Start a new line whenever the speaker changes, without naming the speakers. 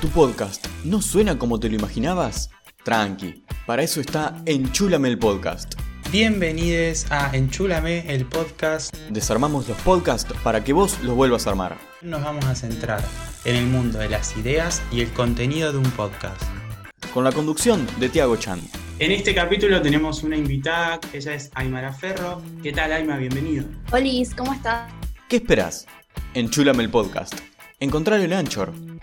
¿Tu podcast no suena como te lo imaginabas? Tranqui, para eso está Enchúlame el Podcast.
Bienvenidos a Enchúlame, el podcast.
Desarmamos los podcasts para que vos los vuelvas a armar.
Nos vamos a centrar en el mundo de las ideas y el contenido de un podcast.
Con la conducción de Tiago Chan.
En este capítulo tenemos una invitada, ella es Aymara Ferro. ¿Qué tal, Aima? Bienvenido.
Olis, ¿cómo estás?
¿Qué esperás? Enchúlame el Podcast. Encontrar el Anchor,